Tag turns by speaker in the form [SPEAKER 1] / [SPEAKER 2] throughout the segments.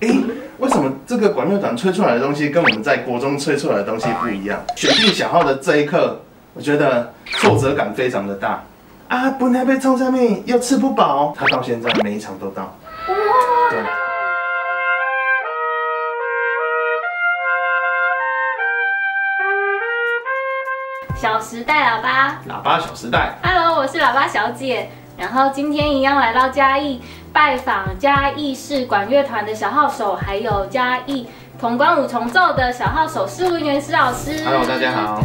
[SPEAKER 1] 哎、为什么这个管乐团吹出来的东西跟我们在国中吹出来的东西不一样？选定小号的这一刻，我觉得挫折感非常的大。啊，本来被冲上面又吃不饱，他到现在每一场都到。对。
[SPEAKER 2] 小时代喇叭
[SPEAKER 1] 喇叭小时代，
[SPEAKER 2] ，Hello，我是喇叭小姐。然后今天一样来到嘉义拜访嘉义市管乐团的小号手，还有嘉义铜管五重奏的小号手施文元施老师。
[SPEAKER 1] ，Hello，大家。好。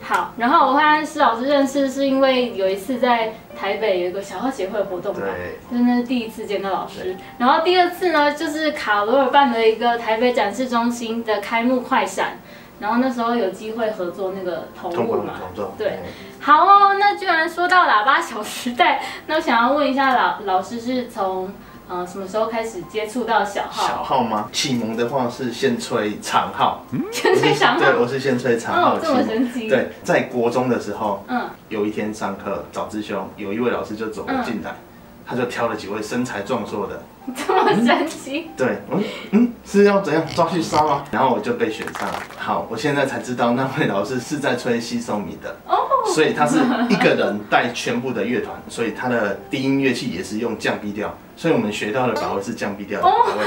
[SPEAKER 2] 好，然后我和施老师认识是因为有一次在台北有一个小号协会活动吧，
[SPEAKER 1] 对
[SPEAKER 2] 就是那是第一次见到老师。然后第二次呢，就是卡罗尔办的一个台北展示中心的开幕快闪，然后那时候有机会合作那个投
[SPEAKER 1] 通
[SPEAKER 2] 入
[SPEAKER 1] 管五
[SPEAKER 2] 嘛，
[SPEAKER 1] 重奏，
[SPEAKER 2] 哦对，好哦，那居然说到喇叭小时代， 那我想要问一下老老师是从呃什么时候开始接触到小号？
[SPEAKER 1] 小号吗？启蒙的话是先吹长号，
[SPEAKER 2] 先 吹长
[SPEAKER 1] 对，
[SPEAKER 2] 号，
[SPEAKER 1] 我是先吹长号
[SPEAKER 2] 哦，
[SPEAKER 1] 启
[SPEAKER 2] 这么
[SPEAKER 1] 蒙。
[SPEAKER 2] 神奇。，
[SPEAKER 1] 对，在国中的时候，
[SPEAKER 2] 嗯，
[SPEAKER 1] 有一天上课早自修，有一位老师就走了进来，他就挑了几位身材壮硕的，
[SPEAKER 2] 这么神奇，
[SPEAKER 1] 对，嗯嗯，是要怎样抓去杀吗？然后我就被选上了。好，我现在才知道那位老师是在吹西松米的，所以他是一个人带全部的乐团，所以他的低音乐器也是用降 B 调，所以我们学到的把位是降 B 调的把位。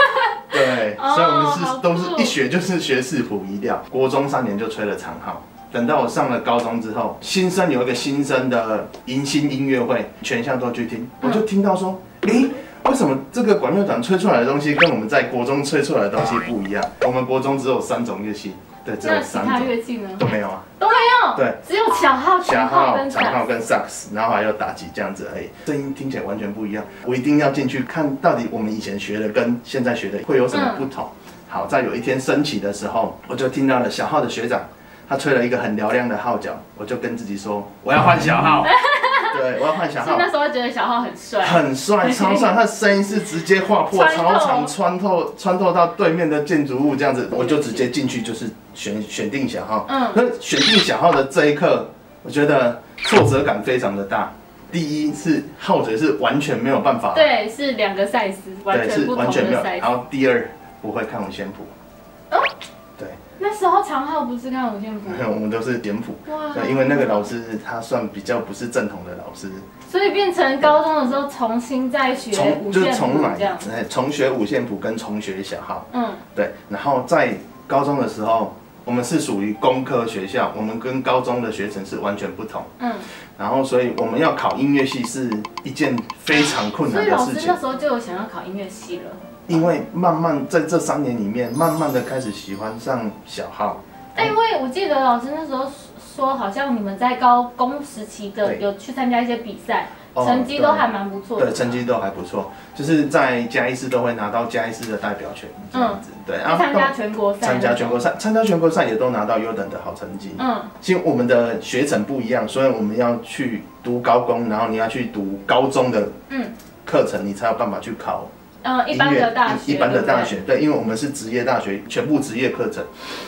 [SPEAKER 1] 对，
[SPEAKER 2] 哦
[SPEAKER 1] 所以我们是
[SPEAKER 2] 好酷
[SPEAKER 1] 都是一学就是学视谱一调。国中三年就吹了长号，等到我上了高中之后，新生有一个新生的迎新音乐会，全校都去听，我就听到说，诶、为什么这个管乐团吹出来的东西跟我们在国中吹出来的东西不一样？我们国中只有三种乐器，对，嗯只有
[SPEAKER 2] 那其
[SPEAKER 1] 三
[SPEAKER 2] 他
[SPEAKER 1] 种
[SPEAKER 2] 乐器呢？
[SPEAKER 1] 都没有啊，
[SPEAKER 2] 都没有，
[SPEAKER 1] 对，
[SPEAKER 2] 只有小号、
[SPEAKER 1] 小
[SPEAKER 2] 长号
[SPEAKER 1] 号、
[SPEAKER 2] 跟
[SPEAKER 1] 长号
[SPEAKER 2] 散。
[SPEAKER 1] 跟萨克斯，然后还有打击这样子而已，声音听起来完全不一样。我一定要进去看到底我们以前学的跟现在学的会有什么不同。好，在有一天升旗的时候，我就听到了小号的学长，他吹了一个很嘹亮的号角，我就跟自己说，我要换 小号，对，我要换小
[SPEAKER 2] 所以
[SPEAKER 1] 号。
[SPEAKER 2] 那时候觉得小号很帅。
[SPEAKER 1] 很帅，超 帅！他的声音是直接划破
[SPEAKER 2] 穿透
[SPEAKER 1] 操场，穿透穿透到对面的建筑物这样子，我就直接进去，就是选选定小号。
[SPEAKER 2] 嗯
[SPEAKER 1] 那选定小号的这一刻，我觉得挫折感非常的大。第一是号嘴是完全没有办法，
[SPEAKER 2] 对，是两个赛斯，完
[SPEAKER 1] 对，
[SPEAKER 2] 全
[SPEAKER 1] 是
[SPEAKER 2] 不
[SPEAKER 1] 完
[SPEAKER 2] 同
[SPEAKER 1] 全没有。
[SPEAKER 2] 的赛
[SPEAKER 1] 然
[SPEAKER 2] 斯。
[SPEAKER 1] 后第二不会看五线谱，
[SPEAKER 2] 那时候长号不是看五线谱，
[SPEAKER 1] 我们都是简谱。
[SPEAKER 2] 嗯哇
[SPEAKER 1] 对，因为那个老师他算比较不是正统的老师，
[SPEAKER 2] 所以变成高中的时候重新再学
[SPEAKER 1] 从
[SPEAKER 2] 五
[SPEAKER 1] 就是
[SPEAKER 2] 线谱
[SPEAKER 1] 重来
[SPEAKER 2] 这样。，
[SPEAKER 1] 哎，重学五线谱跟重学小号。
[SPEAKER 2] 嗯，
[SPEAKER 1] 对，然后在高中的时候，我们是属于工科学校，我们跟高中的学程是完全不同。
[SPEAKER 2] 嗯，
[SPEAKER 1] 然后，所以我们要考音乐系是一件非常困
[SPEAKER 2] 所
[SPEAKER 1] 难
[SPEAKER 2] 以
[SPEAKER 1] 的
[SPEAKER 2] 老
[SPEAKER 1] 事
[SPEAKER 2] 师
[SPEAKER 1] 情
[SPEAKER 2] 那，时候就有想要考音乐系了。
[SPEAKER 1] 因为慢慢在这三年里面，慢慢的开始喜欢上小号。
[SPEAKER 2] 哎，因为我记得老师那时候说，好像你们在高工时期的
[SPEAKER 1] 对
[SPEAKER 2] 有去参加一些比赛，
[SPEAKER 1] 哦
[SPEAKER 2] 成绩都还蛮不错的。
[SPEAKER 1] 对，成绩都还不错，就是在嘉义市都会拿到嘉义市的代表权这样子。对，啊然
[SPEAKER 2] 嗯去
[SPEAKER 1] 后
[SPEAKER 2] 参加全国赛。
[SPEAKER 1] 参加全。国赛，参加全国赛也都拿到优等的好成绩。
[SPEAKER 2] 嗯，
[SPEAKER 1] 因为我们的学程不一样，所以我们要去读高工，然后你要去读高中的
[SPEAKER 2] 嗯
[SPEAKER 1] 课程，你才有办法去考
[SPEAKER 2] 呃，一
[SPEAKER 1] 音
[SPEAKER 2] 般
[SPEAKER 1] 乐
[SPEAKER 2] 的大学，
[SPEAKER 1] 一一般的大
[SPEAKER 2] 对
[SPEAKER 1] 学。对，因为我们是职业大学，全部职业课程，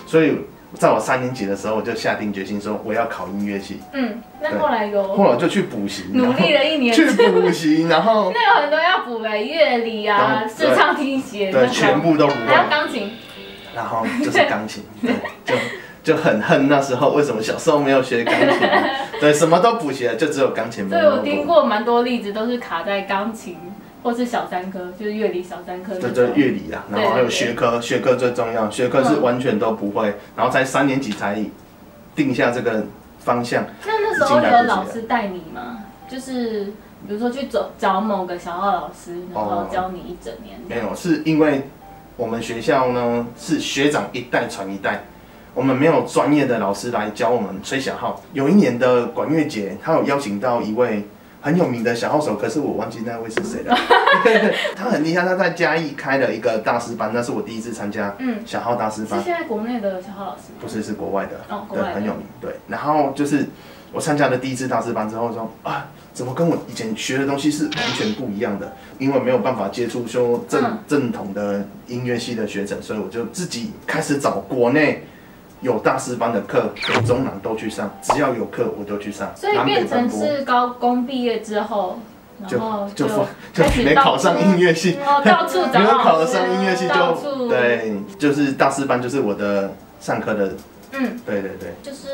[SPEAKER 1] 所以在我三年级的时候，我就下定决心说我要考音乐系，
[SPEAKER 2] 不对。嗯，那后来有
[SPEAKER 1] 后来我就去补习，
[SPEAKER 2] 努力
[SPEAKER 1] 然
[SPEAKER 2] 了一
[SPEAKER 1] 后
[SPEAKER 2] 年，
[SPEAKER 1] 去补习，然后
[SPEAKER 2] 那有很多要补哎，乐理啊，
[SPEAKER 1] 然后
[SPEAKER 2] 视唱听写，
[SPEAKER 1] 对全部都不
[SPEAKER 2] 还有
[SPEAKER 1] 会，
[SPEAKER 2] 钢琴。
[SPEAKER 1] 然后就是钢琴，对，就。就很恨那时候为什么小时候没有学钢琴，对，什么都补习了，就只有钢琴没
[SPEAKER 2] 所以
[SPEAKER 1] 有嗯补。
[SPEAKER 2] 我听过蛮多例子，都是卡在钢琴或是小三科，就是乐理小三科那
[SPEAKER 1] 对
[SPEAKER 2] 种。
[SPEAKER 1] 对，乐理啊，然后还有学科，学科最重要，学科是完全都不会，然后在三年级才定下这个方向。
[SPEAKER 2] 那那时候有老师带你吗？就是比如说去找找某个小号老师，然后教你一整年。
[SPEAKER 1] 没有，是因为我们学校呢是学长一代传一代，我们没有专业的老师来教我们吹小号。有一年的管乐节，他有邀请到一位很有名的小号手，可是我忘记那位是谁了。 他很厉害，他在嘉义开了一个大师班，那是我第一次参加
[SPEAKER 2] 嗯，
[SPEAKER 1] 小号大师班
[SPEAKER 2] 是。现在国内的小号老师吗。
[SPEAKER 1] 不是是国外的，
[SPEAKER 2] 哦国
[SPEAKER 1] 对
[SPEAKER 2] 外，的
[SPEAKER 1] 很有名。对，然后就是我参加了第一次大师班之后说啊，怎么跟我以前学的东西是完全不一样的？因为没有办法接触说正、
[SPEAKER 2] 嗯
[SPEAKER 1] 正统的音乐系的学程，所以我就自己开始找国内有大师班的课，北中南都去上，只要有课我都去上。
[SPEAKER 2] 所以
[SPEAKER 1] 南北
[SPEAKER 2] 变
[SPEAKER 1] 奔
[SPEAKER 2] 成
[SPEAKER 1] 波
[SPEAKER 2] 是高工毕业之后，然后
[SPEAKER 1] 就就
[SPEAKER 2] 开始
[SPEAKER 1] 没
[SPEAKER 2] 到
[SPEAKER 1] 考上
[SPEAKER 2] 处
[SPEAKER 1] 音乐系，
[SPEAKER 2] 哦，到处找
[SPEAKER 1] 没 有
[SPEAKER 2] 老
[SPEAKER 1] 考
[SPEAKER 2] 师
[SPEAKER 1] 上音乐系
[SPEAKER 2] 到处
[SPEAKER 1] 就，对，就是大师班就是我的上课的，
[SPEAKER 2] 嗯，
[SPEAKER 1] 对对对。
[SPEAKER 2] 就是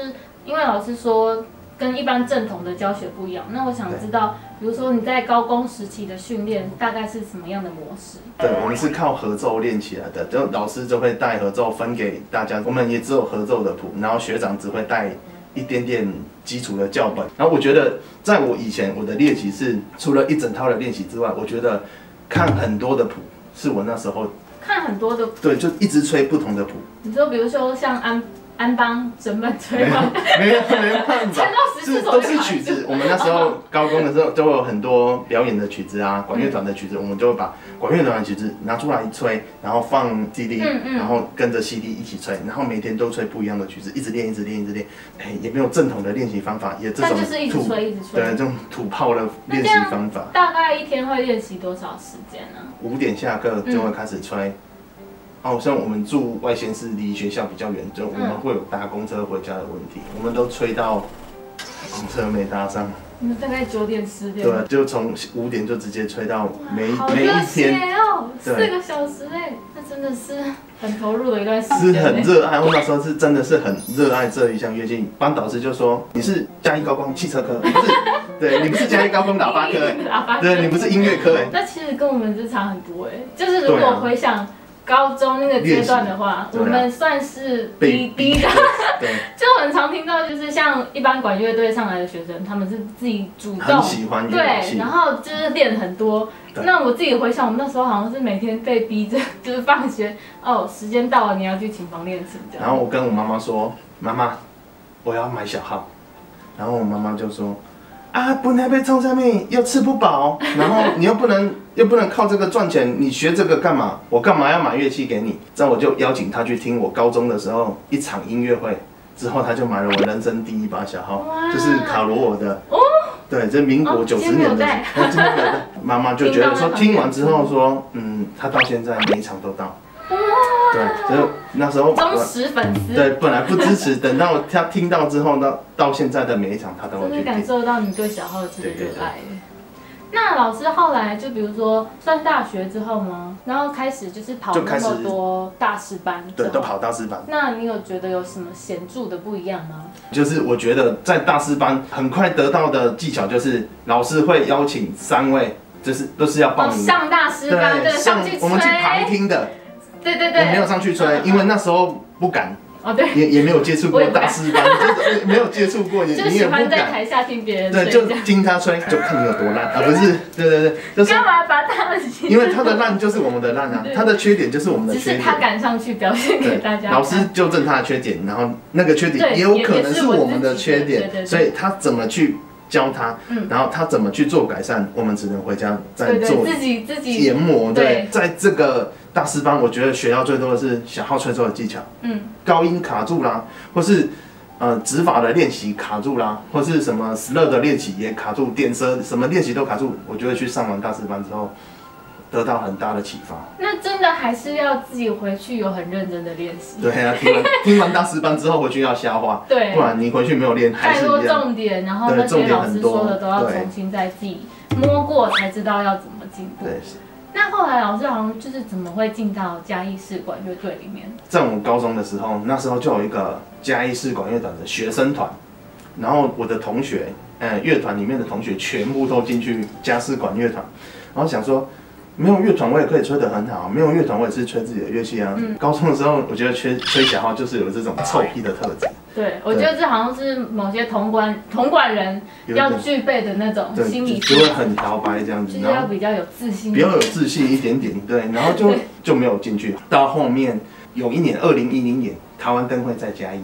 [SPEAKER 2] 因为老师说跟一般正统的教学不一样。那我想知道，比如说你在高工时期的训练大概是什么样的模式？
[SPEAKER 1] 对，我们是靠合奏练起来的，就老师就会带合奏分给大家，我们也只有合奏的谱，然后学长只会带一点点基础的教本。然后我觉得，在我以前我的练习是除了一整套的练习之外，我觉得看很多的谱是我那时候
[SPEAKER 2] 看很多的，
[SPEAKER 1] 对，就一直吹不同的谱，
[SPEAKER 2] 你说比如说像安安邦整本
[SPEAKER 1] 没
[SPEAKER 2] 吹
[SPEAKER 1] 有
[SPEAKER 2] 吗？
[SPEAKER 1] 没有没办法
[SPEAKER 2] 啊 才到，十四啊
[SPEAKER 1] 是
[SPEAKER 2] 首
[SPEAKER 1] 都
[SPEAKER 2] 就是卡
[SPEAKER 1] 曲
[SPEAKER 2] 住
[SPEAKER 1] 子。我们那时候高中的时候都有很多表演的曲子啊，
[SPEAKER 2] 嗯
[SPEAKER 1] 管乐团的曲子，我们就会把管乐团的曲子拿出来吹，然后放 CD，
[SPEAKER 2] 嗯嗯
[SPEAKER 1] 然后跟着 CD 一起吹，然后每天都吹不一样的曲子，一直练一直练一直练。哎，也没有正统的练习方法，也这
[SPEAKER 2] 但
[SPEAKER 1] 种
[SPEAKER 2] 就是一直
[SPEAKER 1] 土
[SPEAKER 2] 吹一直吹
[SPEAKER 1] 对这种土炮的
[SPEAKER 2] 那
[SPEAKER 1] 练
[SPEAKER 2] 这
[SPEAKER 1] 习
[SPEAKER 2] 样
[SPEAKER 1] 方法。
[SPEAKER 2] 大概一天会练习多少时间呢、
[SPEAKER 1] 五点下课就会开始吹。哦，像我们住外县市，离学校比较远，就我们会有搭公车回家的问题。我们都吹到公车没搭上，
[SPEAKER 2] 你们大概九点十点。
[SPEAKER 1] 对，就从五点就直接吹到每
[SPEAKER 2] 好
[SPEAKER 1] 每
[SPEAKER 2] 热
[SPEAKER 1] 一
[SPEAKER 2] 血
[SPEAKER 1] 天，
[SPEAKER 2] 哦，四
[SPEAKER 1] 对
[SPEAKER 2] 个小时哎，那真的是很投入的一段时
[SPEAKER 1] 是
[SPEAKER 2] 间欸。
[SPEAKER 1] 很热爱。我那时候是真的是很热爱这一项乐器。班导师就说：“你是嘉义高工汽车科，你不是对你不是嘉义高工喇叭 科，欸
[SPEAKER 2] 喇叭
[SPEAKER 1] 对你不是音乐科。”哎，
[SPEAKER 2] 那其实跟我们这差很多哎、就是如果回想高中那个阶段的话，
[SPEAKER 1] 啊对
[SPEAKER 2] 我
[SPEAKER 1] 啊
[SPEAKER 2] 们算是
[SPEAKER 1] 被
[SPEAKER 2] 低低的。
[SPEAKER 1] 对，
[SPEAKER 2] 就很常听到，就是像一般管乐队上来的学生，他们是自己主
[SPEAKER 1] 很
[SPEAKER 2] 动。
[SPEAKER 1] 喜欢乐
[SPEAKER 2] 对，
[SPEAKER 1] 器
[SPEAKER 2] 然。后就是练很多。
[SPEAKER 1] 对
[SPEAKER 2] 那我自己回想，我们那时候好像是每天被逼着，就是放学哦，时间到了，你要去琴房练琴这样。
[SPEAKER 1] 然后我跟我妈妈说：“妈妈，我要买小号。”然后我妈妈就说：“啊，不能被冲上面，又吃不饱， 然后你又不能又不能靠这个赚钱，你学这个干嘛？我干嘛要买乐器给你？”这样我就邀请她去听我高中的时候一场音乐会，之后她就买了我人生第一把小号
[SPEAKER 2] 哇，
[SPEAKER 1] 就是卡罗我的。
[SPEAKER 2] 哦
[SPEAKER 1] 对，这民
[SPEAKER 2] 哦
[SPEAKER 1] 国九
[SPEAKER 2] 今
[SPEAKER 1] 十
[SPEAKER 2] 天没有
[SPEAKER 1] 年的
[SPEAKER 2] 带，
[SPEAKER 1] 哦今天没有 带妈妈就觉得说听完之后说，嗯，她到现在每一场都到，对，所以那时候
[SPEAKER 2] 忠
[SPEAKER 1] 我
[SPEAKER 2] 实粉 丝。
[SPEAKER 1] 对，本来不支持，等到他听到之后，到到现在的每一场他都会
[SPEAKER 2] 真的
[SPEAKER 1] 去
[SPEAKER 2] 感
[SPEAKER 1] 听。
[SPEAKER 2] 受到你对小号的这个
[SPEAKER 1] 对对对
[SPEAKER 2] 热爱。那老师后来就比如说上大学之后吗？然后开始就是跑那
[SPEAKER 1] 就开始
[SPEAKER 2] 么多大师班，
[SPEAKER 1] 对，都。跑大师班，
[SPEAKER 2] 那你有觉得有什么显著的不一样吗？
[SPEAKER 1] 就是我觉得在大师班很快得到的技巧就是，老师会邀请三位，就是都是要报
[SPEAKER 2] 哦，
[SPEAKER 1] 名的，
[SPEAKER 2] 上大师班，对，上去
[SPEAKER 1] 我们去旁
[SPEAKER 2] 吹，
[SPEAKER 1] 听的，
[SPEAKER 2] 对对
[SPEAKER 1] 我
[SPEAKER 2] 对，
[SPEAKER 1] 没有上去吹，因为那时候不敢，
[SPEAKER 2] 哦对，
[SPEAKER 1] 也也没有接触过
[SPEAKER 2] 我也不敢
[SPEAKER 1] 大师班，就是呃 没有接触过，你
[SPEAKER 2] 就
[SPEAKER 1] 你
[SPEAKER 2] 喜
[SPEAKER 1] 也不
[SPEAKER 2] 欢在
[SPEAKER 1] 敢，
[SPEAKER 2] 台下听别人
[SPEAKER 1] 对，
[SPEAKER 2] 吹
[SPEAKER 1] 就
[SPEAKER 2] 这样。
[SPEAKER 1] 听他吹，就看你有多烂啊，不是，对对对， 就是
[SPEAKER 2] 干嘛把大师？
[SPEAKER 1] 因为他的烂就是我们的烂啊，他的缺点就是我们的
[SPEAKER 2] 只
[SPEAKER 1] 缺
[SPEAKER 2] 是
[SPEAKER 1] 点。
[SPEAKER 2] 他敢上去表现给
[SPEAKER 1] 对，
[SPEAKER 2] 大家看。
[SPEAKER 1] 老师纠正他的缺点，然后那个缺点
[SPEAKER 2] 对
[SPEAKER 1] 也有可能是我们
[SPEAKER 2] 也
[SPEAKER 1] 的
[SPEAKER 2] 也是我
[SPEAKER 1] 缺
[SPEAKER 2] 自己的对
[SPEAKER 1] 点，
[SPEAKER 2] 对对
[SPEAKER 1] 所以他怎么去教他
[SPEAKER 2] 嗯，
[SPEAKER 1] 然后他怎么去做改善，我们只能回家再
[SPEAKER 2] 对对，
[SPEAKER 1] 做
[SPEAKER 2] 自己自己
[SPEAKER 1] 研磨。
[SPEAKER 2] 对
[SPEAKER 1] 对，在这个大师班，我觉得学到最多的是小号吹奏的技巧，
[SPEAKER 2] 嗯，
[SPEAKER 1] 高音卡住啦，或是。呃，指法的练习卡住啦，或是什么 slur 的练习也卡住，电声什么练习都卡住，我就会去上完大师班之后，得到很大的启发。
[SPEAKER 2] 那真的还是要自己回去有很认真的练习。
[SPEAKER 1] 对啊，听 完听完大师班之后回去要消化，
[SPEAKER 2] 对
[SPEAKER 1] 不，然你回去没有练还
[SPEAKER 2] 太
[SPEAKER 1] 是
[SPEAKER 2] 多
[SPEAKER 1] 一样。
[SPEAKER 2] 重点，然后
[SPEAKER 1] 对
[SPEAKER 2] 那
[SPEAKER 1] 重
[SPEAKER 2] 些
[SPEAKER 1] 点
[SPEAKER 2] 老师
[SPEAKER 1] 很多
[SPEAKER 2] 说的都要
[SPEAKER 1] 对
[SPEAKER 2] 重新再自己摸过才知道要怎么进步。
[SPEAKER 1] 对，
[SPEAKER 2] 那后来老师好像就是怎么会进到嘉义市管乐队里面？
[SPEAKER 1] 在我高中的时候，那时候就有一个嘉义市管乐团的学生团，然后我的同学，呃，乐团里面的同学全部都进去嘉士管乐团，然后想说。没有乐团我也可以吹得很好，啊没有乐团我也是吹自己的乐器啊。
[SPEAKER 2] 嗯
[SPEAKER 1] 高中的时候，我觉得吹吹小号就是有这种臭屁的特质，
[SPEAKER 2] 对，我觉得这好像是某些同管同管人
[SPEAKER 1] 有一
[SPEAKER 2] 要
[SPEAKER 1] 点
[SPEAKER 2] 具备的那种
[SPEAKER 1] 对，
[SPEAKER 2] 心
[SPEAKER 1] 就
[SPEAKER 2] 理
[SPEAKER 1] 就
[SPEAKER 2] 素
[SPEAKER 1] 会
[SPEAKER 2] 质，
[SPEAKER 1] 很摇摆这样
[SPEAKER 2] 就
[SPEAKER 1] 子，
[SPEAKER 2] 是
[SPEAKER 1] 然后
[SPEAKER 2] 要比较有自信。
[SPEAKER 1] 比较有自信一点点，对，然后就 就没有进去。到后面有一年，二零一零年台湾灯会在嘉义，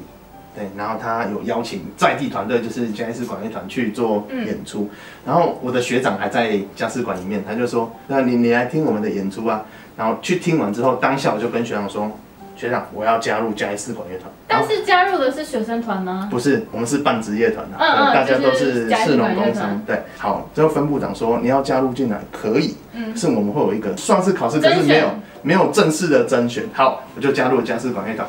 [SPEAKER 1] 对，然后他有邀请在地团队，就是嘉义市管乐团去做演出。然后我的学长还在嘉士馆里面，他就说：“那你你来听我们的演出啊。”然后去听完之后，当下我就跟学长说：“学长，我要加入嘉义市管乐团。”然
[SPEAKER 2] 但
[SPEAKER 1] 后
[SPEAKER 2] 是加入的是学生团吗？
[SPEAKER 1] 不是，我们是半职业团的、
[SPEAKER 2] 嗯嗯
[SPEAKER 1] 对大家都
[SPEAKER 2] 就是是家
[SPEAKER 1] 士
[SPEAKER 2] 庭
[SPEAKER 1] 农
[SPEAKER 2] 管乐
[SPEAKER 1] 工商
[SPEAKER 2] 团。
[SPEAKER 1] 对，好，最后分部长说你要加入进来可以，
[SPEAKER 2] 嗯
[SPEAKER 1] 是我们会有一个算是考试，可
[SPEAKER 2] 甄
[SPEAKER 1] 是
[SPEAKER 2] 选
[SPEAKER 1] 没有没有正式的甄选。好，我就加入了家事管乐团。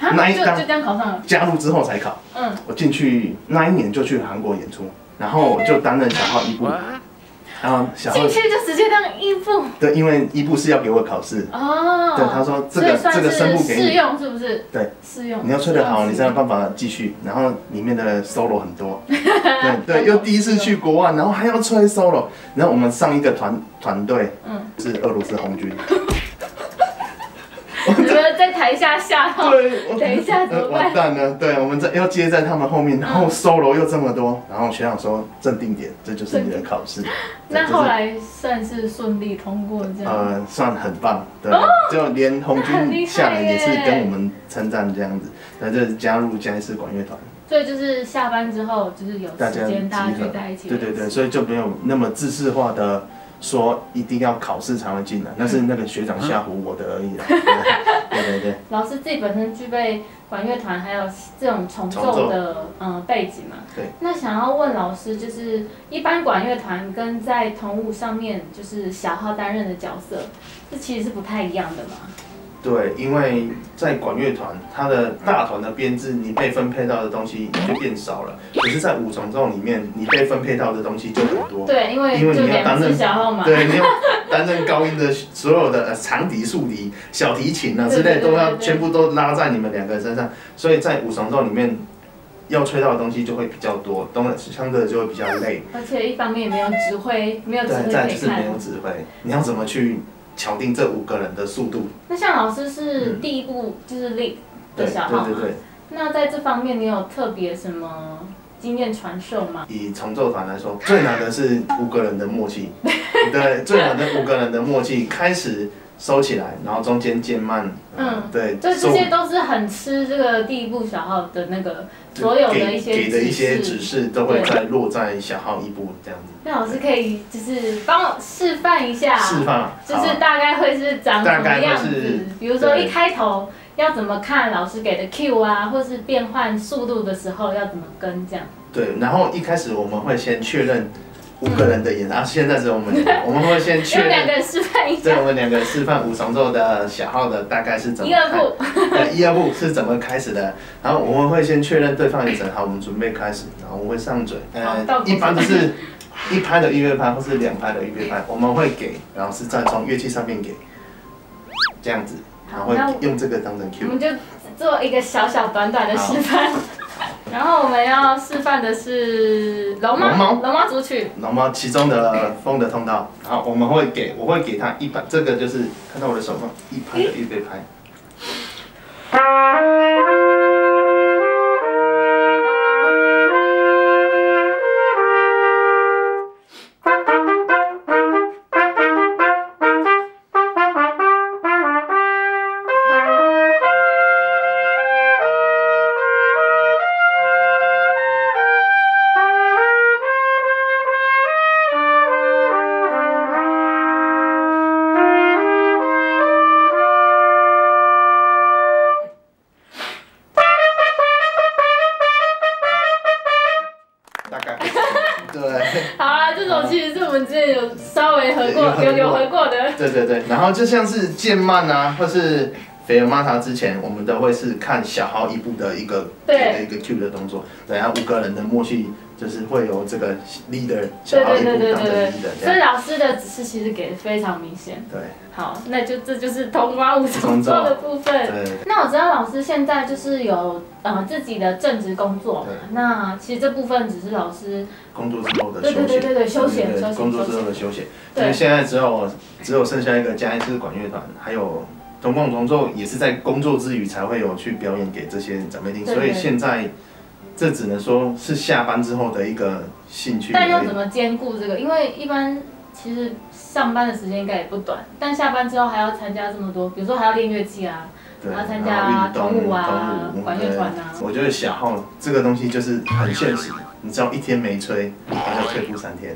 [SPEAKER 2] 哈
[SPEAKER 1] 那一
[SPEAKER 2] 就
[SPEAKER 1] 档
[SPEAKER 2] 就这样考上了。
[SPEAKER 1] 加入之后才考。
[SPEAKER 2] 嗯，
[SPEAKER 1] 我进去那一年就去韩国演出，然后就担任小号一部，然后小号
[SPEAKER 2] 进去就直接当义父
[SPEAKER 1] 对，因为一部是要给我考试，
[SPEAKER 2] 哦。
[SPEAKER 1] 对，他说这
[SPEAKER 2] 所以
[SPEAKER 1] 个
[SPEAKER 2] 算
[SPEAKER 1] 这
[SPEAKER 2] 是
[SPEAKER 1] 个声部给
[SPEAKER 2] 试
[SPEAKER 1] 你，
[SPEAKER 2] 用是不是？
[SPEAKER 1] 对，
[SPEAKER 2] 试用。
[SPEAKER 1] 你要吹得好，你才有
[SPEAKER 2] 帮。
[SPEAKER 1] 办法继续。然后里面的 solo 很 多，对对，又第一次去国外，然后还要吹 solo。然后我们上一个团团队
[SPEAKER 2] 嗯，
[SPEAKER 1] 是俄罗斯红 军，
[SPEAKER 2] 你们在台下吓到。
[SPEAKER 1] 对，我
[SPEAKER 2] 等一下怎么
[SPEAKER 1] 呃
[SPEAKER 2] 办
[SPEAKER 1] 完蛋了，对，我们在要接在他们后面，然后 solo 又这么多，然后学长说镇定点，这就是你的考 试。对
[SPEAKER 2] 那
[SPEAKER 1] 就是
[SPEAKER 2] 后来算是顺利通过这样。
[SPEAKER 1] 呃，算很棒，对，就连红
[SPEAKER 2] 那哦 很厉
[SPEAKER 1] 军
[SPEAKER 2] 害
[SPEAKER 1] 下来也是
[SPEAKER 2] 耶
[SPEAKER 1] 跟我们称赞这样子，那就是加入嘉义市管乐团，
[SPEAKER 2] 所以就是下班之后，就是有
[SPEAKER 1] 大
[SPEAKER 2] 时
[SPEAKER 1] 家集
[SPEAKER 2] 间大家聚
[SPEAKER 1] 合
[SPEAKER 2] 在一，起。
[SPEAKER 1] 对对对，。所以就没有那么自式化的说一定要考试才会进来，那是那个学长吓唬我的而 已啦，啊对对对对，
[SPEAKER 2] 老师自己本身具备管乐团还有这种重
[SPEAKER 1] 重奏
[SPEAKER 2] 奏的嗯背景嘛，
[SPEAKER 1] 对。
[SPEAKER 2] 那想要问老师，就是一般管乐团跟在同舞上面就是小号担任的角色，这其实是不太一样的嘛。
[SPEAKER 1] 对，因为在管乐团，它的大团的编制，你被分配到的东西就变少了，可是，在五重奏里面，你被分配到的东西就很多，
[SPEAKER 2] 对，因为
[SPEAKER 1] 因为
[SPEAKER 2] 就
[SPEAKER 1] 你要
[SPEAKER 2] 两
[SPEAKER 1] 担
[SPEAKER 2] 只
[SPEAKER 1] 任
[SPEAKER 2] 小号嘛。
[SPEAKER 1] 对，你要担任高音的所有的呃长笛、竖笛、小提琴啊之
[SPEAKER 2] 对对
[SPEAKER 1] 类，
[SPEAKER 2] 对
[SPEAKER 1] 都要
[SPEAKER 2] 对对
[SPEAKER 1] 全部都拉在你们两个人身上，所以在五重奏里面。要吹到的东西就会比较多，当然相对就会比较累。
[SPEAKER 2] 而且一方面也没有指挥，没有指
[SPEAKER 1] 对，
[SPEAKER 2] 挥
[SPEAKER 1] 再
[SPEAKER 2] 可
[SPEAKER 1] 来就
[SPEAKER 2] 以
[SPEAKER 1] 是没有
[SPEAKER 2] 看。
[SPEAKER 1] 指挥，你要怎么去敲定这五个人的速度？
[SPEAKER 2] 那像老师是第一部就是 lead
[SPEAKER 1] 对嗯对
[SPEAKER 2] 的小号
[SPEAKER 1] 对
[SPEAKER 2] 嘛，
[SPEAKER 1] 对。
[SPEAKER 2] 那在这方面你有特别什么经验传授吗？
[SPEAKER 1] 以重奏团来说，最难的是五个人的默契， 对，最难的五个人的默契，开始收起来，然后中间渐慢，
[SPEAKER 2] 嗯，
[SPEAKER 1] 对，
[SPEAKER 2] 就这
[SPEAKER 1] 收
[SPEAKER 2] 些都是很吃这个第一部小号的那个所有的一些
[SPEAKER 1] 给给的一些指示
[SPEAKER 2] 示。
[SPEAKER 1] 都会在落在小号一步这样子
[SPEAKER 2] 那老师可以就是帮我示范一下，
[SPEAKER 1] 释放啊，
[SPEAKER 2] 就
[SPEAKER 1] 好
[SPEAKER 2] 是
[SPEAKER 1] 啊
[SPEAKER 2] 大概会是长什
[SPEAKER 1] 大概
[SPEAKER 2] 么
[SPEAKER 1] 会
[SPEAKER 2] 样
[SPEAKER 1] 是
[SPEAKER 2] 子？比如说
[SPEAKER 1] 对
[SPEAKER 2] 一开头要怎么看老师给的 Q 啊，或是变换速度的时候要怎么跟这样。
[SPEAKER 1] 对，然后一开始我们会先确认五个人的演，然后现在只有我们两个，我们会先确
[SPEAKER 2] 用两
[SPEAKER 1] 认。
[SPEAKER 2] 个人示范一
[SPEAKER 1] 对，
[SPEAKER 2] 下，
[SPEAKER 1] 我们两个示范五重奏的小号的大概是怎么
[SPEAKER 2] 一二步，
[SPEAKER 1] 对，一二步呃是怎么开始的？然后我们会先确认对方眼神，好，我们准备开始，然后我们会上嘴，
[SPEAKER 2] 好到
[SPEAKER 1] 呃，
[SPEAKER 2] 底
[SPEAKER 1] 一般就是一拍的预乐拍或是两拍的预乐拍，我们会给，然后是再从乐器上面给，这样子，然后
[SPEAKER 2] 好那
[SPEAKER 1] 会
[SPEAKER 2] 我嗯
[SPEAKER 1] 用这个当成
[SPEAKER 2] 我
[SPEAKER 1] Q。
[SPEAKER 2] 们就做一个小小短短的示范。然后我们要示范的是
[SPEAKER 1] 龙
[SPEAKER 2] 龙猫，
[SPEAKER 1] 猫
[SPEAKER 2] 龙猫组曲，
[SPEAKER 1] 那么其中的风的通道，好，我们会给，我会给他一拍，这个就是看到我的手吗？一拍的预备拍。大概， 对。
[SPEAKER 2] 好啊，这首其实是我们之前有稍微合过，
[SPEAKER 1] 有合
[SPEAKER 2] 有
[SPEAKER 1] 过
[SPEAKER 2] 有合过的。
[SPEAKER 1] 对对对，然后就像是渐慢啊，或是菲尔玛塔之前，我们都会是看小号一步的一个
[SPEAKER 2] 对
[SPEAKER 1] 给的一个 Q 的动作，对，然后五个人的默契就是会有这个 leader 小
[SPEAKER 2] 对
[SPEAKER 1] 号
[SPEAKER 2] 对
[SPEAKER 1] 一
[SPEAKER 2] 对
[SPEAKER 1] 步
[SPEAKER 2] 对
[SPEAKER 1] 当成
[SPEAKER 2] 对
[SPEAKER 1] leader
[SPEAKER 2] 对，
[SPEAKER 1] 这
[SPEAKER 2] 所以
[SPEAKER 1] 样，
[SPEAKER 2] 老师的指示其实给的非常明显。
[SPEAKER 1] 对
[SPEAKER 2] 好，那就这就是通关五重奏的部分。
[SPEAKER 1] 对。
[SPEAKER 2] 那我知道老师现在就是有呃自己的正职工作嘛
[SPEAKER 1] 对，
[SPEAKER 2] 那其实这部分只是老师
[SPEAKER 1] 工作之后的
[SPEAKER 2] 对
[SPEAKER 1] 休
[SPEAKER 2] 对
[SPEAKER 1] 息，
[SPEAKER 2] 对对对休闲休闲
[SPEAKER 1] 工作之后的休闲。
[SPEAKER 2] 对
[SPEAKER 1] 因为现在只有只有剩下一个嘉义市管乐团，还有同共同奏，也是在工作之余才会有去表演给这些长辈听，
[SPEAKER 2] 对
[SPEAKER 1] 所以
[SPEAKER 2] 对
[SPEAKER 1] 现在这只能说是下班之后的一个兴趣而已。
[SPEAKER 2] 但要怎么兼顾这个？因为一般其实上班的时间应该也不短，但下班之后还要参加这么多，比如说还要练乐器啊，
[SPEAKER 1] 对，
[SPEAKER 2] 然后参
[SPEAKER 1] 然后
[SPEAKER 2] 加
[SPEAKER 1] 运
[SPEAKER 2] 同
[SPEAKER 1] 动
[SPEAKER 2] 舞啊
[SPEAKER 1] 同舞
[SPEAKER 2] 管乐团啊
[SPEAKER 1] 对我觉得小号哦这个东西就是很现实，你只要一天没吹，那就退步三 天，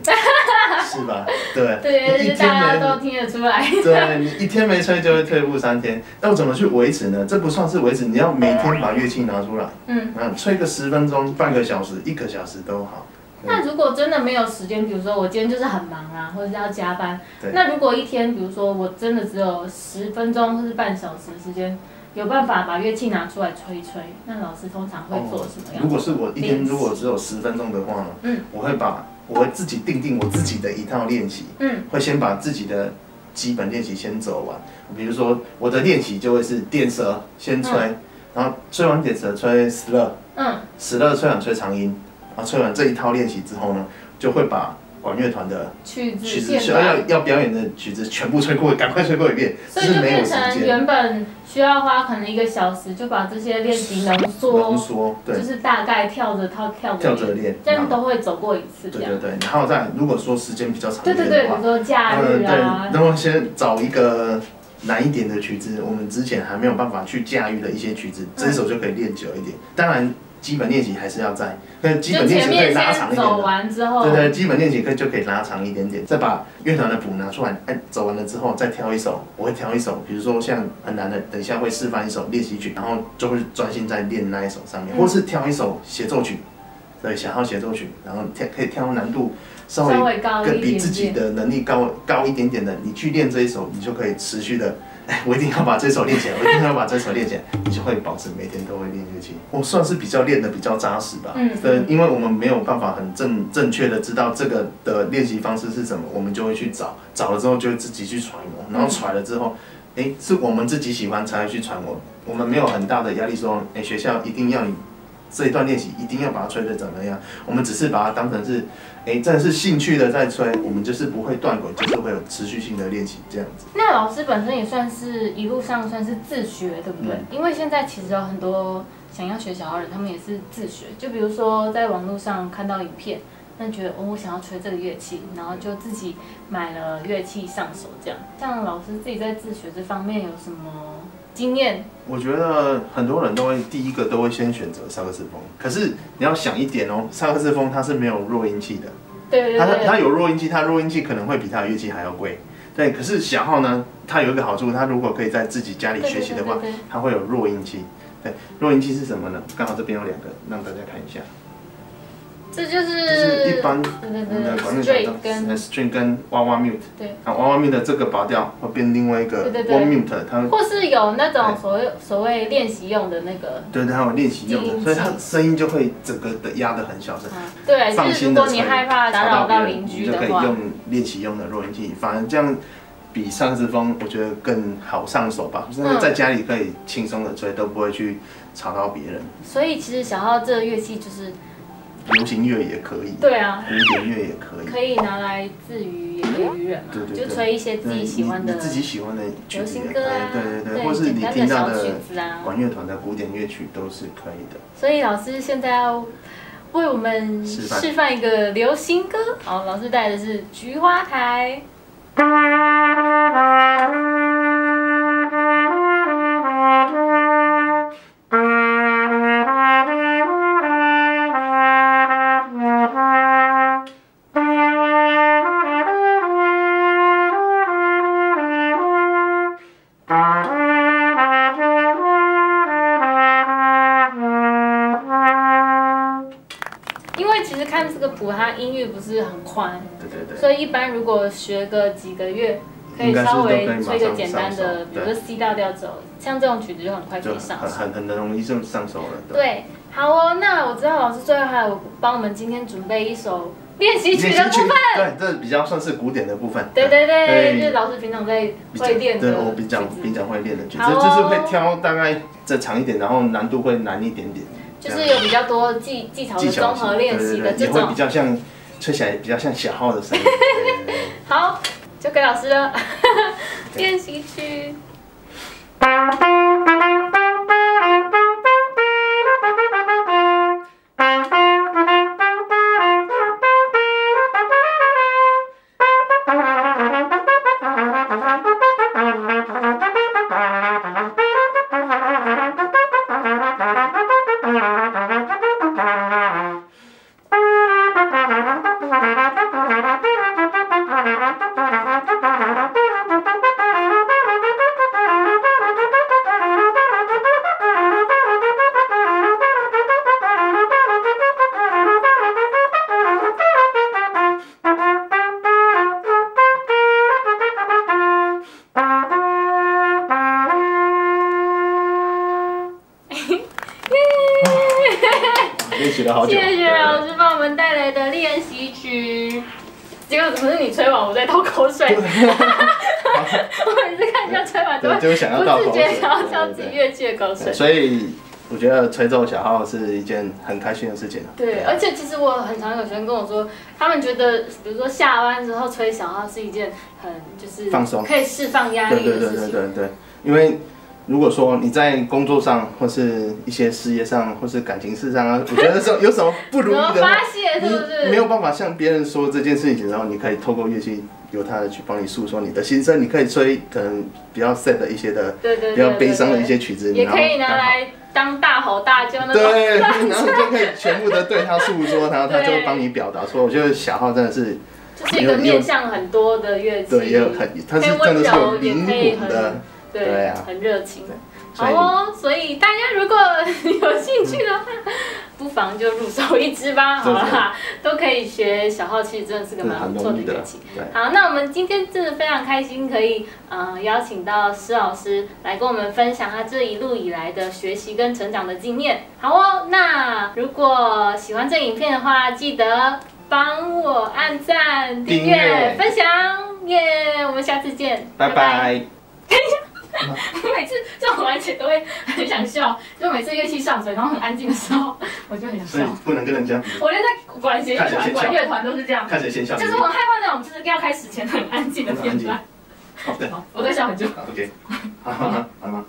[SPEAKER 1] 是吧？对，
[SPEAKER 2] 对，
[SPEAKER 1] 你一
[SPEAKER 2] 就是
[SPEAKER 1] 天
[SPEAKER 2] 大家
[SPEAKER 1] 没
[SPEAKER 2] 都听得出来。
[SPEAKER 1] 对你一天没吹就会退步三天，要怎么去维持呢？这不算是维持，你要每天把乐器拿出来，
[SPEAKER 2] 嗯，
[SPEAKER 1] 嗯，吹个十分钟、半个小时、一个小时都好。
[SPEAKER 2] 那如果真的没有时间，比如说我今天就是很忙啊，或者是要加班
[SPEAKER 1] 嗯对，
[SPEAKER 2] 那如果一天，比如说我真的只有十分钟或是半小时的时间，有办法把乐器拿出来吹一吹，那老师通常会做什么样
[SPEAKER 1] 哦如
[SPEAKER 2] 的？
[SPEAKER 1] 果是我一天如果只有十分钟的话呢，
[SPEAKER 2] 嗯，
[SPEAKER 1] 我会把我会自己定定我自己的一套练习，
[SPEAKER 2] 嗯，
[SPEAKER 1] 会先把自己的基本练习先走完。比如说我的练习就会是电舌先吹，然后吹完电舌吹 slur，
[SPEAKER 2] 嗯，
[SPEAKER 1] s l 吹完吹长音，然后吹完这一套练习之后呢，就会把管乐团的
[SPEAKER 2] 曲子
[SPEAKER 1] 曲
[SPEAKER 2] 片
[SPEAKER 1] 子需要
[SPEAKER 2] 段
[SPEAKER 1] 哦要要表演的曲子全部吹过，赶快吹过一遍，只
[SPEAKER 2] 所以
[SPEAKER 1] 是
[SPEAKER 2] 就
[SPEAKER 1] 没有
[SPEAKER 2] 变
[SPEAKER 1] 时
[SPEAKER 2] 成
[SPEAKER 1] 间
[SPEAKER 2] 原本需要花可能一个小时就把这些练习浓
[SPEAKER 1] 浓
[SPEAKER 2] 缩，
[SPEAKER 1] 缩，
[SPEAKER 2] 就
[SPEAKER 1] 对，
[SPEAKER 2] 是大概跳着跳跳
[SPEAKER 1] 跳
[SPEAKER 2] 着
[SPEAKER 1] 着
[SPEAKER 2] 练，
[SPEAKER 1] 练，
[SPEAKER 2] 这样
[SPEAKER 1] 然后
[SPEAKER 2] 都会走过一次这
[SPEAKER 1] 对
[SPEAKER 2] 样。
[SPEAKER 1] 对对，然后再如果说时间比较长一
[SPEAKER 2] 对对
[SPEAKER 1] 点
[SPEAKER 2] 对，
[SPEAKER 1] 的话，
[SPEAKER 2] 比如说假
[SPEAKER 1] 嗯
[SPEAKER 2] 日
[SPEAKER 1] 对，
[SPEAKER 2] 啊，
[SPEAKER 1] 然后先找一个难一点的曲子，我们之前还没有办法去驾驭的一些曲子，这
[SPEAKER 2] 嗯
[SPEAKER 1] 首就可以练久一点。当然基本练习还是要在，那基
[SPEAKER 2] 就
[SPEAKER 1] 本练
[SPEAKER 2] 前
[SPEAKER 1] 习可以
[SPEAKER 2] 面
[SPEAKER 1] 拉长
[SPEAKER 2] 先
[SPEAKER 1] 一点
[SPEAKER 2] 走
[SPEAKER 1] 的。
[SPEAKER 2] 完之后
[SPEAKER 1] 对，对，基本练习可以就可以拉长一点点，再把乐团的谱拿出来，哎，走完了之后再挑一首，我会挑一首，比如说像很难的，等一下会示范一首练习曲，然后就会专心在练那一首上面，
[SPEAKER 2] 嗯
[SPEAKER 1] 或是挑一首协奏曲，对，想要协奏曲，然后挑可以挑难度稍微
[SPEAKER 2] 稍微高
[SPEAKER 1] 跟
[SPEAKER 2] 一
[SPEAKER 1] 比自
[SPEAKER 2] 点
[SPEAKER 1] 己
[SPEAKER 2] 点。
[SPEAKER 1] 的能力高高一点点的，你去练这一首，你就可以持续的，哎， 我一定要把这首练起来，我一定要把这首练起来， 你就会保持每天都会练乐器。我算是比较练的比较扎实吧，
[SPEAKER 2] 嗯
[SPEAKER 1] 对，因为我们没有办法很正正确的知道这个的练习方式是什么，我们就会去找，找了之后就会自己去揣摩，然后揣了之后。哎，是我们自己喜欢才会去揣摩，我们没有很大的压力说，哎，学校一定要你这一段练习一定要把它吹得怎么样，我们只是把它当成是哎，真的是兴趣的在吹，我们就是不会断轨，就是会有持续性的练习这样子。
[SPEAKER 2] 那老师本身也算是一路上算是自学，对不对？
[SPEAKER 1] 嗯
[SPEAKER 2] 因为现在其实有很多想要学小号人，他们也是自学。就比如说在网络上看到影片，那觉得哦，我想要吹这个乐器，然后就自己买了乐器上手这样。像老师自己在自学这方面有什么经验？
[SPEAKER 1] 我觉得很多人都会第一个都会先选择萨克斯风，可是你要想一点哦，萨克斯风它是没有弱音器的，
[SPEAKER 2] 对对
[SPEAKER 1] 它它
[SPEAKER 2] 对，
[SPEAKER 1] 有弱音器，它弱音器可能会比它的乐器还要贵。对，可是小号呢，它有一个好处，它如果可以在自己家里学习的话
[SPEAKER 2] 对对对对对，
[SPEAKER 1] 它会有弱音器。对，弱音器是什么呢？刚好这边有两个，让大家看一下，
[SPEAKER 2] 这就是
[SPEAKER 1] 就是一般
[SPEAKER 2] 对对
[SPEAKER 1] 我们的管乐
[SPEAKER 2] 对，straight
[SPEAKER 1] 团
[SPEAKER 2] 呃跟
[SPEAKER 1] 的 string 跟娃娃 mute。
[SPEAKER 2] 对。
[SPEAKER 1] 啊，娃娃面的这个拔掉，会变另外一个
[SPEAKER 2] 对对对
[SPEAKER 1] one mute，它
[SPEAKER 2] 或是有那种
[SPEAKER 1] 对
[SPEAKER 2] 所谓所谓练习用的那个，
[SPEAKER 1] 对它有练习用
[SPEAKER 2] 静
[SPEAKER 1] 的，
[SPEAKER 2] 音器
[SPEAKER 1] 所以它声音就会整个的压得很小声。
[SPEAKER 2] 嗯对，就
[SPEAKER 1] 放
[SPEAKER 2] 是
[SPEAKER 1] 心
[SPEAKER 2] 如
[SPEAKER 1] 的
[SPEAKER 2] 果你害怕打扰到邻居
[SPEAKER 1] 就
[SPEAKER 2] 的
[SPEAKER 1] 可以
[SPEAKER 2] 话，
[SPEAKER 1] 用练习用的录音器，反正这样比萨克斯风我觉得更好上手吧，
[SPEAKER 2] 嗯
[SPEAKER 1] 甚至在家里可以轻松的吹，都不会去吵到别人。
[SPEAKER 2] 所以其实小号这个乐器就是，
[SPEAKER 1] 流行乐也可以，
[SPEAKER 2] 对啊，
[SPEAKER 1] 古典乐也可以。
[SPEAKER 2] 可以拿来自娱，也可以娱人嘛，
[SPEAKER 1] 对对对
[SPEAKER 2] 就吹一些自
[SPEAKER 1] 对
[SPEAKER 2] 己
[SPEAKER 1] 你
[SPEAKER 2] 喜欢的
[SPEAKER 1] 你自己喜欢的曲
[SPEAKER 2] 流
[SPEAKER 1] 子也
[SPEAKER 2] 行
[SPEAKER 1] 可以，
[SPEAKER 2] 歌啊，
[SPEAKER 1] 对对对，或是
[SPEAKER 2] 对，
[SPEAKER 1] 你
[SPEAKER 2] 简单
[SPEAKER 1] 听
[SPEAKER 2] 的
[SPEAKER 1] 到
[SPEAKER 2] 小曲
[SPEAKER 1] 的
[SPEAKER 2] 子啊。
[SPEAKER 1] 管乐团的古典乐曲都是可以的。
[SPEAKER 2] 所以老师现在要为我们
[SPEAKER 1] 示范
[SPEAKER 2] 示范一个流行歌，好，老师带的是《菊花台》。因为其实看这个谱，它音域不是很宽，
[SPEAKER 1] 对对对。
[SPEAKER 2] 所以一般如果学个几个月，可以
[SPEAKER 1] 应该是
[SPEAKER 2] 稍微
[SPEAKER 1] 都可以马
[SPEAKER 2] 吹个
[SPEAKER 1] 上
[SPEAKER 2] 简单
[SPEAKER 1] 上
[SPEAKER 2] 的，
[SPEAKER 1] 手
[SPEAKER 2] 比如说 C 大调走，像这种曲子就很快可
[SPEAKER 1] 就
[SPEAKER 2] 以上
[SPEAKER 1] 很
[SPEAKER 2] 手。
[SPEAKER 1] 很很容易就上手了。对，
[SPEAKER 2] 对，好哦，那我知道老师最后还有帮我们今天准备一首练习曲的部分。
[SPEAKER 1] 对，这比较算是古典的部分。
[SPEAKER 2] 对对对，
[SPEAKER 1] 对
[SPEAKER 2] 就是老师平常在
[SPEAKER 1] 比较
[SPEAKER 2] 会练的
[SPEAKER 1] 对我比较
[SPEAKER 2] 曲子
[SPEAKER 1] 比较会练的曲子，
[SPEAKER 2] 好哦
[SPEAKER 1] 就是会挑大概再长一点，然后难度会难一点点，
[SPEAKER 2] 就是有比较多技技巧
[SPEAKER 1] 技
[SPEAKER 2] 的
[SPEAKER 1] 巧
[SPEAKER 2] 综合练习的这
[SPEAKER 1] 也会比
[SPEAKER 2] 种。
[SPEAKER 1] 较像吹起来比较像小号的声 音。对对对
[SPEAKER 2] 好，就给老师了，
[SPEAKER 1] 对
[SPEAKER 2] 练习曲。
[SPEAKER 3] Thank you.
[SPEAKER 1] 好久。
[SPEAKER 2] 谢谢老
[SPEAKER 1] 对
[SPEAKER 2] 师帮我们带来的练习曲。结果怎么是你吹完我在倒口水？ 我每次看人家吹完都
[SPEAKER 1] 对，
[SPEAKER 2] 会
[SPEAKER 1] 就会想要倒
[SPEAKER 2] 不自
[SPEAKER 1] 口
[SPEAKER 2] 觉
[SPEAKER 1] 水。
[SPEAKER 2] 想要浇
[SPEAKER 1] 对
[SPEAKER 2] 自
[SPEAKER 1] 对
[SPEAKER 2] 己
[SPEAKER 1] 对
[SPEAKER 2] 乐器的口水
[SPEAKER 1] 对。所以我觉得吹奏小号是一件很开心的事情啊。
[SPEAKER 2] 对，而且其实我很常有学生跟我说，他们觉得，比如说下班之后吹小号是一件很就是
[SPEAKER 1] 放松
[SPEAKER 2] 可以释放压
[SPEAKER 1] 对
[SPEAKER 2] 力
[SPEAKER 1] 对
[SPEAKER 2] 的
[SPEAKER 1] 对
[SPEAKER 2] 事
[SPEAKER 1] 对
[SPEAKER 2] 情。
[SPEAKER 1] 对对，因为如果说你在工作上或是一些事业上或是感情事 上啊，我觉得说有什么不如意
[SPEAKER 2] 怎么
[SPEAKER 1] 的话
[SPEAKER 2] 发，泄是不
[SPEAKER 1] 你
[SPEAKER 2] 是？
[SPEAKER 1] 没有办法向别人说这件事情的时候，你可以透过乐器由他的去帮你诉说你的心声，你可以吹可能比较 sad 的一些的。
[SPEAKER 2] 对对
[SPEAKER 1] 比
[SPEAKER 2] 对
[SPEAKER 1] 较悲伤的一，
[SPEAKER 2] 对
[SPEAKER 1] 些曲子，
[SPEAKER 2] 对也
[SPEAKER 1] 然后
[SPEAKER 2] 可以拿
[SPEAKER 1] 刚好
[SPEAKER 2] 来当大吼大叫那种。
[SPEAKER 1] 对，然后就可以全部的对他诉说，然后他就会帮你表达。所以我觉得小号真的是
[SPEAKER 2] 就是一个面向很多的乐器，
[SPEAKER 1] 对，也有很，它
[SPEAKER 2] 可以
[SPEAKER 1] 是真
[SPEAKER 2] 温
[SPEAKER 1] 的是有
[SPEAKER 2] 柔，也
[SPEAKER 1] 灵
[SPEAKER 2] 可以
[SPEAKER 1] 魂
[SPEAKER 2] 很
[SPEAKER 1] 的，
[SPEAKER 2] 对，
[SPEAKER 1] 对啊
[SPEAKER 2] 很热情。
[SPEAKER 1] 所
[SPEAKER 2] 好
[SPEAKER 1] 以
[SPEAKER 2] 哦，所以大家如果 有兴趣的话，不妨就入手一支吧，好
[SPEAKER 1] 对
[SPEAKER 2] 啦，都可以学小号，其实真的是个
[SPEAKER 1] 是
[SPEAKER 2] 蛮
[SPEAKER 1] 很
[SPEAKER 2] 不错
[SPEAKER 1] 容
[SPEAKER 2] 的
[SPEAKER 1] 易的
[SPEAKER 2] 乐
[SPEAKER 1] 啦
[SPEAKER 2] 器。。
[SPEAKER 1] 对，
[SPEAKER 2] 好，那我们今天真的非常开心，可以呃邀请到施老师来跟我们分享他这一路以来的学习跟成长的经验。好哦，那如果喜欢这影片的话，记得帮我按赞、订
[SPEAKER 1] 订
[SPEAKER 2] 阅
[SPEAKER 1] 阅、
[SPEAKER 2] 分享，耶！我们下次见，
[SPEAKER 1] 拜拜。
[SPEAKER 2] 我 每次这种完全都会很想笑，就每次乐器上嘴，然后很安静的时候， 我就很想
[SPEAKER 1] 所以
[SPEAKER 2] 笑。
[SPEAKER 1] 不能跟人家
[SPEAKER 2] 我连在管弦乐
[SPEAKER 1] 看起来
[SPEAKER 2] 团、
[SPEAKER 1] 像
[SPEAKER 2] 管乐团都是这样，
[SPEAKER 1] 看谁先笑。
[SPEAKER 2] 就是我很害怕那种就是要开始前很安静的
[SPEAKER 1] 很安
[SPEAKER 2] 片
[SPEAKER 1] 静
[SPEAKER 2] 段。
[SPEAKER 1] 哦，对
[SPEAKER 2] 好我在笑很久。
[SPEAKER 1] 好，OK，好好好好。